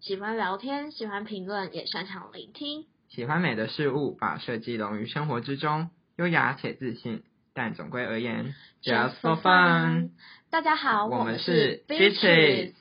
喜欢聊天，喜欢评论，也擅长聆听。喜欢美的事物，把设计融于生活之中，优雅且自信。但总归而言，just for fun。大家好，我们们是是 Bitches。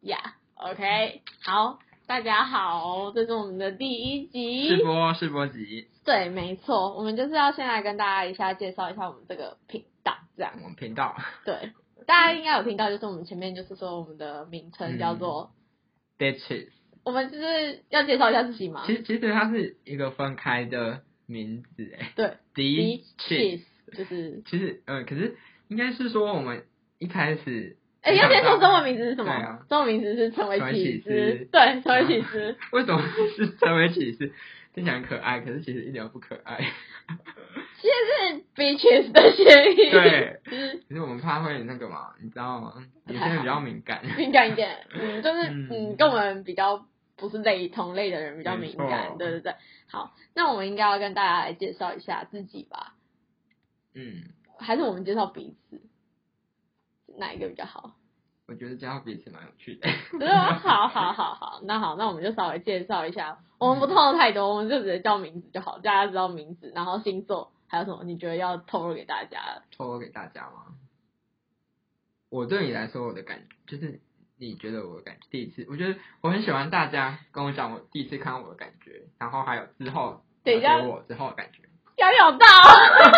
Yeah，OK，好，大家好，这是我们的第一试集。播试播集，对，没错，我们就是要先来跟大家一下介绍一下我们这个频道，这样我们频道对。大家应该有听到，就是我们前面就是说我们的名称叫做， bitches。我们就是要介绍一下自己嘛。嗯其实其实它是一个分开的名字哎。对 d Bitches c 就是，其实呃，可是应该是说我们一开始哎，要先说中文名字是什对啊么？中文名字是成为成为啊启启之之，对，成为启之。为什么是 成为启示？听起来很可爱，可是其实一点都不可爱。其实是 bitches 的谐音，对，就是可是我们怕会那个嘛，你知道吗？有些人比较敏 感，敏感一点，嗯，就是嗯嗯，跟我们比较不是类同类的人比较敏没感，错对对对。好，那我们应该要跟大家来介绍一下自己吧，嗯，还是我们介绍彼此，哪一个比较好？我觉得这样彼此蛮有趣的。对啊，好好好好，那好，那我们就稍微介绍一下，我嗯们不透露太多，我们就直接叫名字就好，大家知道名字，然后星座，还有什么你觉得要透露给大家的？透露给大家吗？我对你来说，我的感就是你觉得我的感觉，第一次，我觉得我很喜欢大家跟我讲我第一次看到我的感觉，然后还有之后等一下了解我之后的感觉， 要有到。哦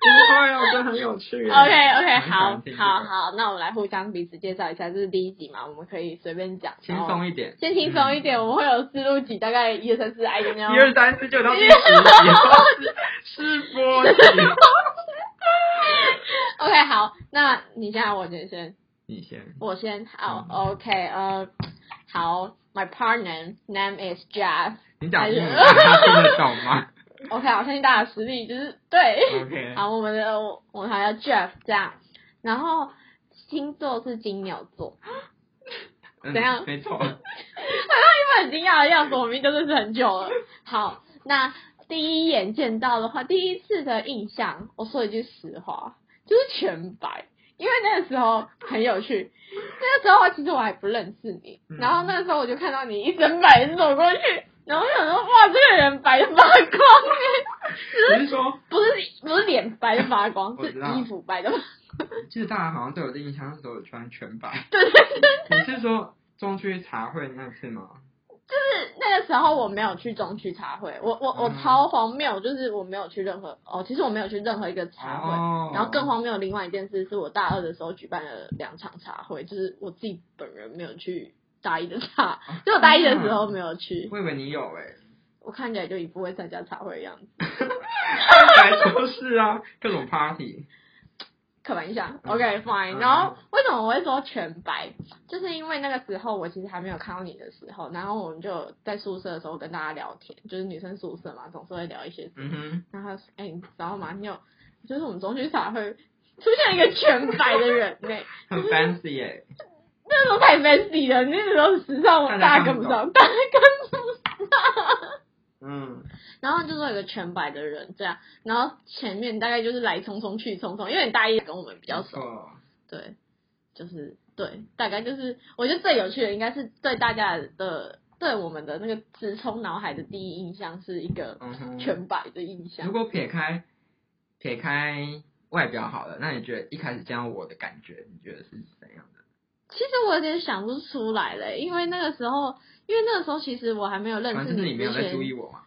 不会，啊我觉得很有趣啊 OK OK，我很喜欢好听这个好好，那我们来互相彼此介绍一下，这是第一集嘛，我们可以随便讲， 轻然后松一点，先轻松一点，我们会有思路集，大概一二三四，I 哎 don't 一 know。二三四就到第十集， 试播集， OK，好，那你先，啊我先先，你先，我先，好嗯，OK，呃，好，My partner name is Jeff。你讲英文，他听得懂吗 OK，我相信大家的实力就是对。 ？OK，好，我们的我我还要 Jeff 这样，然后星座是金牛座，嗯怎样没错，他很惊讶的样子，我们就认识很久了。好，那第一眼见到的话，第一次的印象，我说一句实话，就是全白，因为那个时候很有趣。那个时候其实我还不认识你，嗯然后那个时候我就看到你一身白走过去，然后我想说，哇，这个人白的发光 欸你是说，不是不是脸白的发光，我是知道衣服白的发 光。记得大家好像对我的印象是说我穿全白。对对对，你是说中区茶会那次吗？就是那个时候我没有去中区茶会，我我我嗯超荒谬，就是我没有去任何哦，其实我没有去任何一个茶会。哦然后更荒谬的另外一件事是我大二的时候举办了两场茶会，就是我自己本人没有去大一的茶，哦就我大一的啊时候没有去，我以为你有哎、欸，我看起来就一副会参加茶会的样子，本来就是啊，各种 party，刻板印象。嗯 OK fine，、嗯然后为什么我会说全白？就是因为那个时候我其实还没有看到你的时候，然后我们就在宿舍的时候跟大家聊天，就是女生宿舍嘛，总是会聊一些嗯哼，然后他说：“哎、你知道吗？你有，就是我们中学茶会出现一个全白的人哎呢、很 fancy 哎、那时候太 fancy 了，那时候时尚大家跟不上，大家跟不上。嗯，然后就说有个全白的人这样，然后前面大概就是来匆匆去匆匆，因为你大一跟我们比较不熟，错，对，就是对，大概就是我觉得最有趣的应该是对大家的对我们的那个直冲脑海的第一印象是一个嗯哼。全白的印如象。果撇开撇开外表好了，那你觉得一开始见到我的感觉，你觉得是怎样的？其实我有点想不出来了，因为那个时候，因为那个时候其实我还没有认反识正就是你之没有在前，注意我嘛。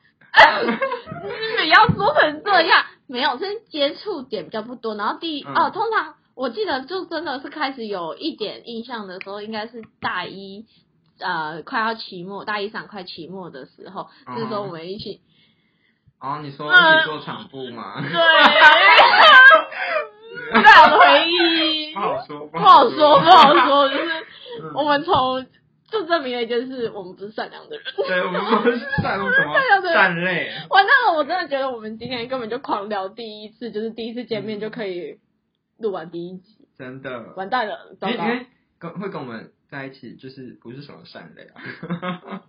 你们要说成这样，没有，是接触点比较不多。然后第、嗯哦，通常我记得就真的是开始有一点印象的时候，应该是大一，呃，快要期末，大一上快期末的时候，嗯那时候我们一起，哦，你说嗯一起做场布吗？ 对，不好的回忆不，好说，不不好说，不好说。说，就是嗯我们从就证明了一件事，我们不是善良的人。对，我们不是算什么 对对啊对战类， 哇，那个我真的觉得我们今天根本就狂聊第一次，就是第一次见面就可以录完第一集，真的。完蛋了，糟因为因糕。为跟会跟我们在一起，就是不是什么 善类啊。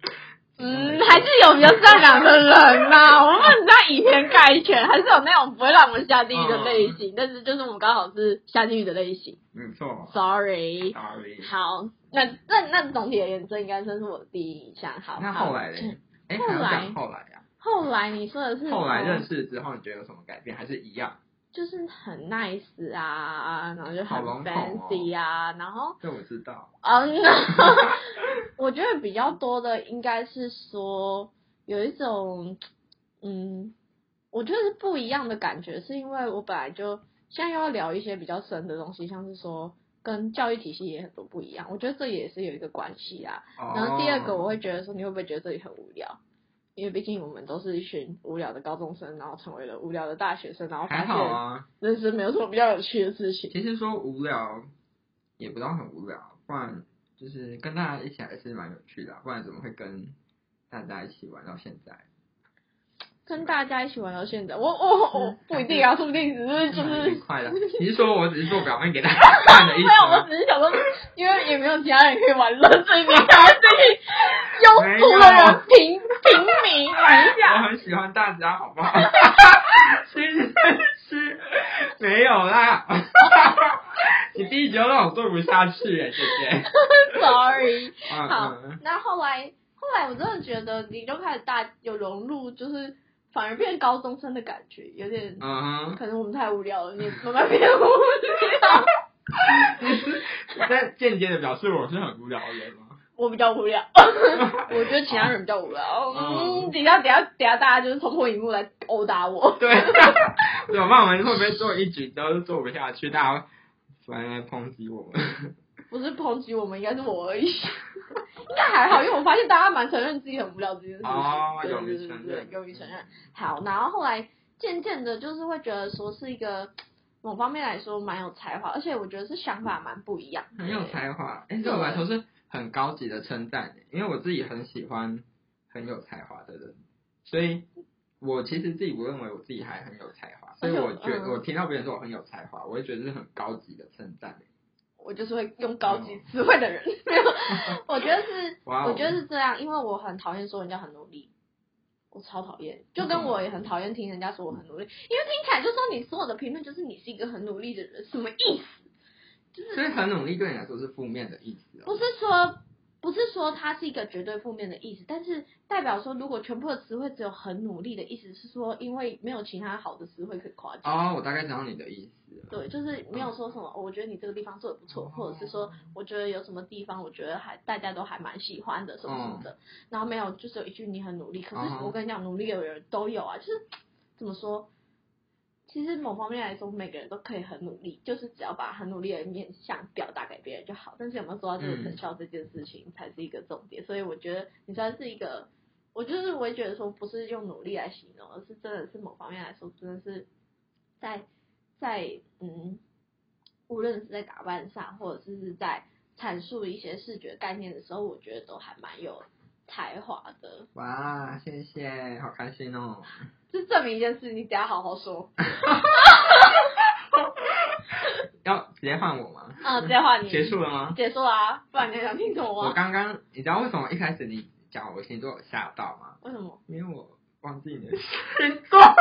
嗯，还是有比较善良的人呐、我们不能在以偏概全，还是有那种不会让我们下地狱的类嗯型，但是就是我们刚好是下地狱的类型没错，sorry。 ，sorry，好，那那那总体而言，这应该算是我的第一印象。好，那好后来嘞？哎，后还有来嗯讲后来啊？后来你说的是后来什么认识之后，你觉得有什么改变？还是一样？就是很 nice 啊，然后就好很笼统哦 fancy 啊，然后这我知道。嗯， 我觉得比较多的应该是说有一种嗯，我觉得是不一样的感觉，是因为我本来就现在又要聊一些比较深的东西，像是说跟教育体系也很多不一样，我觉得这也是有一个关系啊。然后第二个，我哦会觉得说，你会不会觉得这里很无聊？因为毕竟我们都是一群无聊的高中生，然后成为了无聊的大学生，然后还发好现啊。人生没有什么比较有趣的事情。其实说无聊，也不到很无聊，不然就是跟大家一起还是蛮有趣的啊、不然怎么会跟大家一起玩到现在？跟大家一起玩到现在，我我我不一定啊，说不定只是就蛮愉是。 快的。你是说我只是做表面给大家看的没意思有，我吗？只是想说，因为也没有其他人可以玩乐，所以你才会自己庸俗的人平平民玩一 我下。很喜欢大家，好不 好？其实是没有啦。 你第一集就让我做不下去哎，姐姐。 Sorry。嗯好嗯， 那后来后来我真的觉得你就开始大有融入，就是反而变高中生的感觉，有点嗯哼，可能我们太无聊了，你也慢慢变无 聊。那间接的表示我是很无聊的人吗？我比较无聊，我觉得其他人比较无聊。嗯嗯，等一下等一下等一下，大家就是通过荧幕来殴打我。对， 怎么办？我们会不会做一局都做不下去？大家反而来抨击我们？不是抨击我们，应该是我而已。 应该还好，因为我发现大家蛮承认自己很无聊这件事情，哦对勇于对对承对认对，勇于承认。好，然后后来渐渐的，就是会觉得说是一个某方面来说蛮有才华，而且我觉得是想法蛮不一样的。很有才华，哎、对我来说是很高级的称赞，因为我自己很喜欢很有才华的人，所以我其实自己不认为我自己还很有才华，所以我觉得嗯我听到别人说我很有才华，我会觉得是很高级的称赞。我就是会用高级词汇的人， 哦没有，我觉得是，哇哦我觉得是这样，因为我很讨厌说人家很努力，我超讨厌，就跟我也很讨厌听人家说我很努力，因为听起来就说你所有的评论就是你是一个很努力的人，什么意思？所以很努力对你来说是负面的意思哦。不是说不是说它是一个绝对负面的意思，但是代表说如果全部的词汇只有很努力的意思是说，因为没有其他好的词汇可以夸奖。哦，我大概知道你的意思了。对，就是没有说什么、哦我觉得你这个地方做的不错，或者是说，我觉得有什么地方，我觉得还大家都还蛮喜欢的，什么什么的。然后没有，就是有一句你很努力，可是哦我跟你讲，努力的人都有啊，就是怎么说？其实某方面来说，每个人都可以很努力，就是只要把很努力的面向表达给别人就好。但是有没有做到这个嗯成效，这件事情才是一个重点。所以我觉得你算是一个，我就是我也觉得说，不是用努力来形容，而是真的是某方面来说，真的是在在嗯，无论是在打扮上，或者是是在阐述一些视觉概念的时候，我觉得都还蛮有才华的。哇，谢谢，好开心哦！这证明一件事，你等一下好好 说。要直接换我吗？嗯，这话你结束了吗？结束啦，啊不然你还想听什么我嗯啊？刚刚，你知道为什么一开始你讲我星座有吓到吗？为什么？因为我忘记你的星座。干，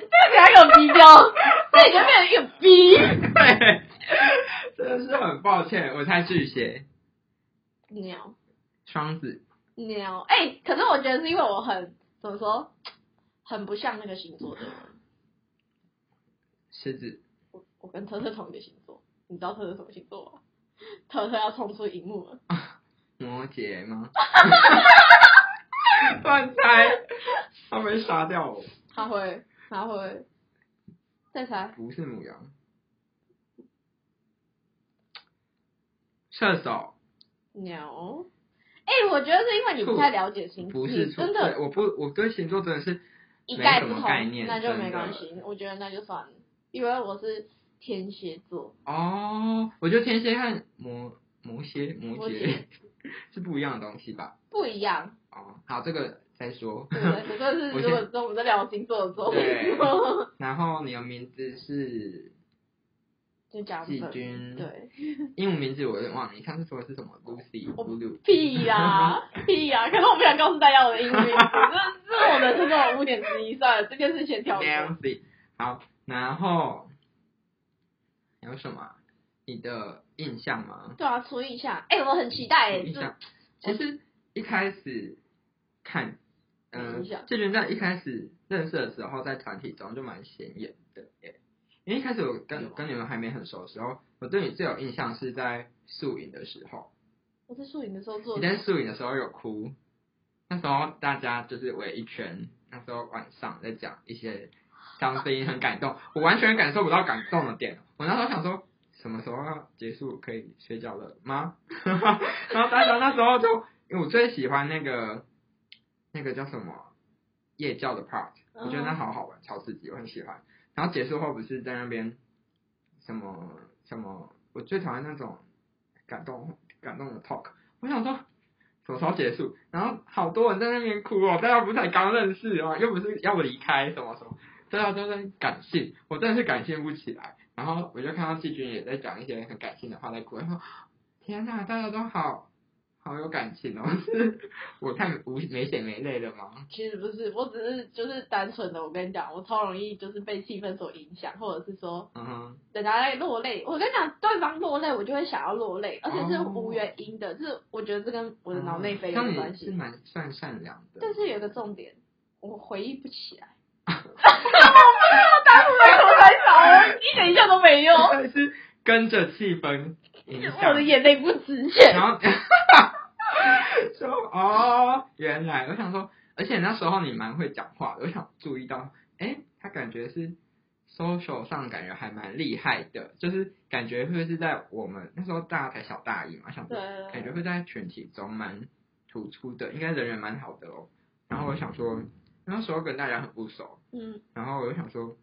这个还有逼标，这已经变成一个逼对，真的是很抱歉，我猜巨蟹、鸟双子，鸟。哎、可是我觉得是因为我很怎么说，很不像那个星座的人。狮子。我我跟特特同一个星座，你知道特特什么星座吗？特特要冲出荧幕了。摩 羯吗？乱猜，他们会杀掉我。他会，他会，再猜，不是母羊，射手鸟。哎、我觉得是因为你不太了解星不座，是你处真的对我不我对星座真的是一概不没什同么概念，那就没真的关系。我觉得那就算了，因为我是天蝎座，哦，我觉得天蝎和摩摩蝎摩摩羯羯 是不一样的东西吧？不一样，哦，好，这个再说。对不 对？我就是如我果说我们在聊星座的时候，对然后你的名字是就讲季这个军对，英文名字，我有点忘了。你上次说的是什么？Lucy、我 Lulu。屁呀屁呀！可是我不想告诉大家我的英语，这这是我人生中的污点之一，算了，这件事先跳过。 Nancy。好，然后还有什么啊？你的印象吗？对啊，初印象，哎、我很期待哎、印就象，其实一开始看，嗯、印象这群在一开始认识的时候，在团体中就蛮显眼的耶。因为一开始我有跟啊跟你们还没很熟的时候，我对你最有印象是在宿营的时候。我在宿营的时候做你的，在宿营的时候有哭，那时候大家就是围一圈，那时候晚上在讲一些 something 很感动，我完全感受不到感动的点。我那时候想说，什么时候要结束可以睡觉了吗？然后大家那时候就，因为我最喜欢那个那个叫什么啊夜教的 part，我觉得那好好玩，超刺激，我很喜欢。然后结束后不是在那边什么什么，我最讨厌那种感动感动的 talk。我想说什么时候结束？然后好多人在那边哭哦，大家不是才刚认识哦，又不是要我离开什么什么，大家都在感性，我真的是感性不起来。然后我就看到季军也在讲一些很感性的话在哭，然后天呐，大家都好好有感情哦， 是我太无没血没泪了吗？其实不是，我只是就是单纯的，我跟你讲，我超容易就是被气氛所影响，或者是说嗯哼，人家在落泪，我跟你讲，对方落泪，我就会想要落泪，而且是哦无原因的，就是我觉得这跟我的脑内啡有那关嗯你是系，蛮算善良的，但是有一个重点，我回忆不起来。啊我没有单 纯，一点印象都没有，但是跟着气氛影响，我的眼泪不值钱。然后 说哦，原来我想说，而且那时候你蛮会讲话的，我想注意到，哎，他感觉是 social 上感觉还蛮厉害的，就是感觉会是在我们那时候大家才小大一嘛，想对啊说感觉会在群体中蛮突出的，应该人缘蛮好的哦。然后我想说，那时候跟大家很不熟，嗯，然后我就想说，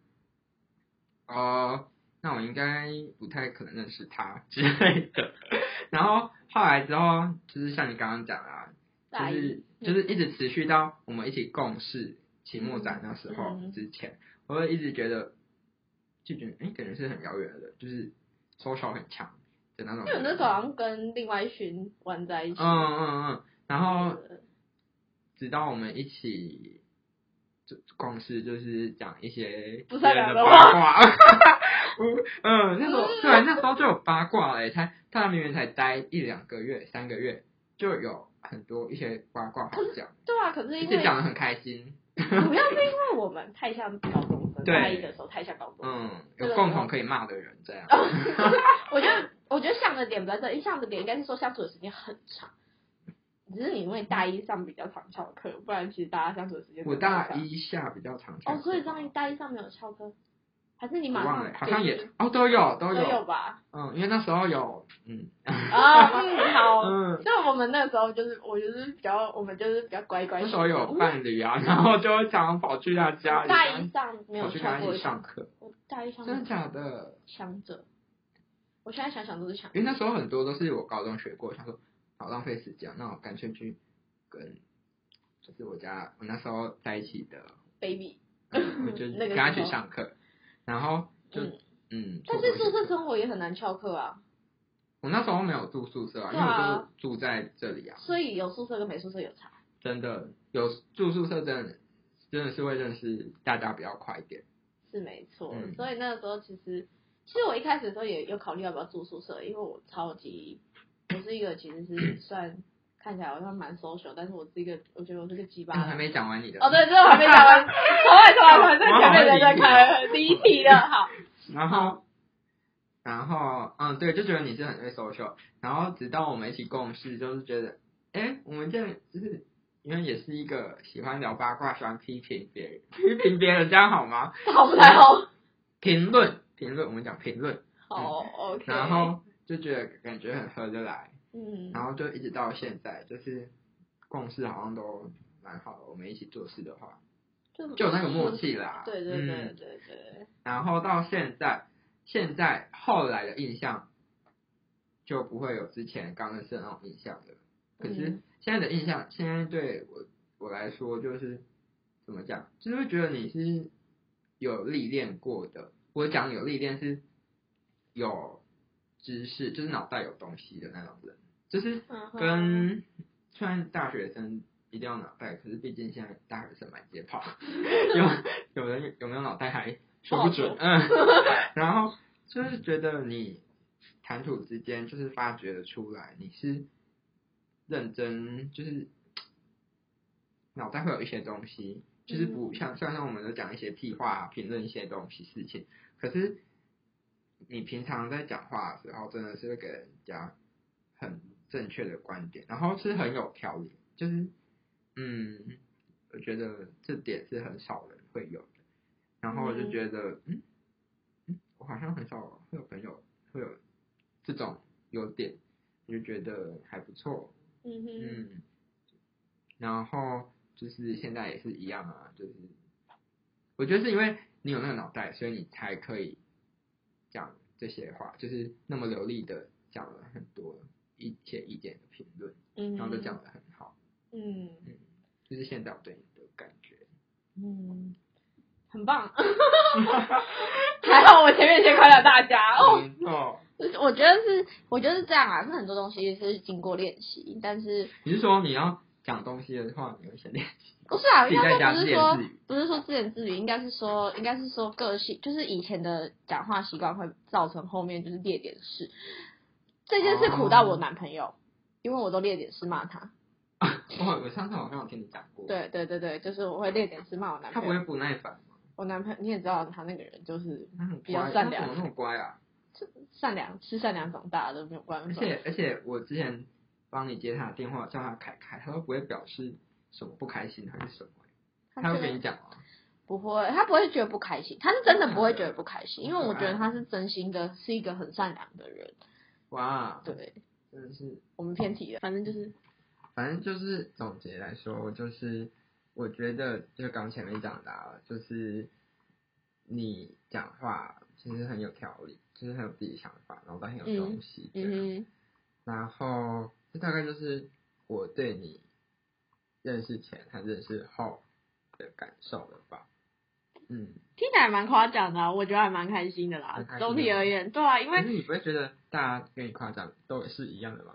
哦、那我应该不太可能认识他之类的。然后后来之后，就是像你刚刚讲啦，大就一是就是一直持续到我们一起共事期末展那时候嗯之前，我就一直觉得就觉得哎，感觉是很遥远的，就是收手很强的那种因为感觉。我那时候啊好像跟另外一群玩在一起，嗯嗯嗯，然后对直到我们一起就光是就是讲一些不善良别人的的话八卦， 嗯嗯，那时候对，那时候就有八卦嘞，才他明明才待一两个月、三个月，就有很多一些八卦好讲，对啊，可是而因且为讲的很开心，主要是因为我们太像高中生，对大一的时候太像高中生。嗯，这有个共同可以骂的人这样，哦我觉得，我觉得像的点不在这，像的点应该是说相处的时间很长，只是你因为大一上比较常翘课，不然其实大家相处的时间我真的很大长一下比较常哦，所以上上一大一上没有翘课，还是你马忘上了，好像也哦都有都都有，有吧？嗯，因为那时候有嗯啊，嗯，好， 嗯。就我们那时候就是我就是比较，我们就是比较乖乖。那时候有伴侣啊，然后就常常跑去他家我里，啊大一上没跑有去跟他翘一过起，上课，我大一上真的假的？强者。我现在想想都是强者，因为那时候很多都是我高中学过，想说好浪费时间，那我干脆去跟，就是我家我那时候在一起的， baby，嗯、我就 那个跟他时去候上课，然后就嗯嗯，但错是宿过一舍些生活也很难翘课啊，我那时候没有住宿舍啊，对因为啊我就是住在这里啊，所以有宿舍跟没宿舍有差。真的有住宿舍真的真的是会认识大家比较快一点，是没错，嗯所以那个时候其实，其实我一开始的时候也有考虑要不要住宿舍，因为我超级，我是一个其实 是算看起来好像蛮 social，但是我是一个，我觉得我是个鸡巴嗯还人。没讲完你的哦，对，这我还没讲 完，从来从来从来在前面的在开啊第一题的，好，然后，然后，嗯，对，就觉得你是很会 social，然后直到我们一起共事，就是觉得，哎，我们这样就是因为也是一个喜欢聊八卦、喜欢批评别人、 批评别人，这样好吗？好不太嗯好，评论，评论，我们讲评论，好，OK，然，后就觉得感觉很合得来，嗯，然后就一直到现在，就是共事好像都蛮好的，我们一起做事的话，就就有那个默，契啦。对对嗯对对对，然后到现在，现在后来的印象就不会有之前刚认识的那种印象了。可是嗯现在的印象，现在对我我来说就是怎么讲，就是会觉得你是有历练过的。我讲有历练是有知识，就是脑袋有东西的那种人，就是嗯哼跟虽然大学生一定要脑袋，可是毕竟现在大学生蛮街炮， 有有 人有没有脑袋还说不准，嗯，然后就是觉得你谈吐之间，就是发掘得出来你是认真，就是脑袋会有一些东西，就是不像虽然说我们都讲一些屁话，啊评论一些东西事情，可是你平常在讲话的时候，真的是会给人家很正确的观点，然后是很有条理，就是嗯，我觉得这点是很少人会有的，然后我就觉得嗯嗯，我好像很少会有朋友会有这种优点，我就觉得还不错，嗯哼，嗯，然后就是现在也是一样啊，就是我觉得是因为你有那个脑袋，所以你才可以讲这些话，就是那么流利的讲了很多一些意见的评论，嗯，然后都讲的很好，嗯嗯，就是现在我对你的感觉。嗯，很棒， 还好我前面先夸奖大家哦，没错，我觉得是，我觉得是这样啊，是很多东西是经过练习，但是你是说你要讲东西的话，你会先练习？不是啊，自应己该在说不家自是言说自语，不是说自言自语，应该是说应该是说个性，就是以前的讲话习惯会造成后面就是列点式，这件事苦哦到我男朋友，因为我都列点式骂他，哦我我上次好像有听你讲过，，对啊对对对，就是我会列点式骂我男他朋不友，会不耐烦吗？我男朋友你也知道他那个人就是他很比较乖，善他良怎么那么乖啊？善良，吃善良长大的没有办而法，且而且我之前帮你接他的电话，叫他凯凯，他都不会表示什么不开心还是什么，他就会跟你讲哦。不会，他不会觉得不开心，他是真的不会觉得不开心，因为我觉得他是真心的，是一个很善良的人。哇，对真的是，我们偏题了，反正就是，反正就是总结来说，就是我觉得就刚前面讲的、啊，就是你讲话其实很有条理，就是很有自己想法，然后很有东西这样。嗯然后这大概就是我对你认识前和认识后的感受了吧。哼，嗯，听起来蛮夸奖的啊、我觉得还蛮开心的啦蛮开。心的总体而言，对啊，因可为是你不会觉得大家跟你夸奖都是一样的吗？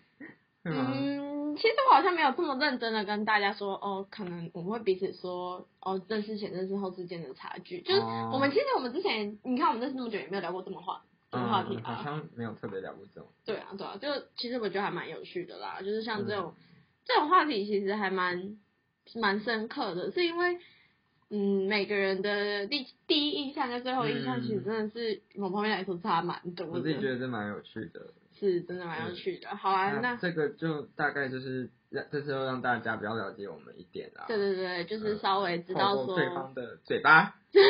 会吗？嗯，其实我好像没有这么认真的跟大家说，哦，可能我们会彼此说，哦，认识前、认识后之间的差距，就是哦我们其实我们之前，你看我们认识那么久，也没有聊过这么话这么话题啊嗯，吧好？像没有特别了不这种。对啊，对啊，就其实我觉得还蛮有趣的啦，就是像嗯这种、这种话题，其实还蛮蛮深刻的，是因为嗯，每个人的第第一印象跟最后印象，嗯其实真的是某方面来说差蛮多我自己的，觉得这蛮有趣的。是真的蛮有趣的。好啊，那这个就大概就是让这次又让大家比较了解我们一点啦。对对对，就是稍微知道呃透说过，对方的嘴巴。就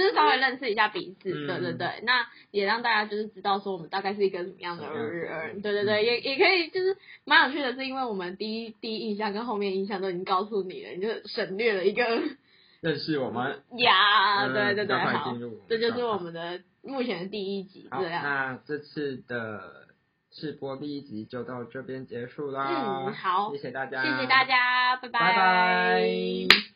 是稍微认识一下彼此，嗯对对对。那也让大家就是知道说我们大概是一个什么样的什么样的人，人嗯对对对，也也可以就是蛮有趣的，是因为我们第一第一印象跟后面印象都已经告诉你了，你就省略了一个认识我们，呀，啊嗯对对比较对，快好进，入这就是状我态们的目前的第一集啊好，这样。那这次的试播第一集就到这边结束啦。嗯好谢谢大家，谢谢大，家，拜拜拜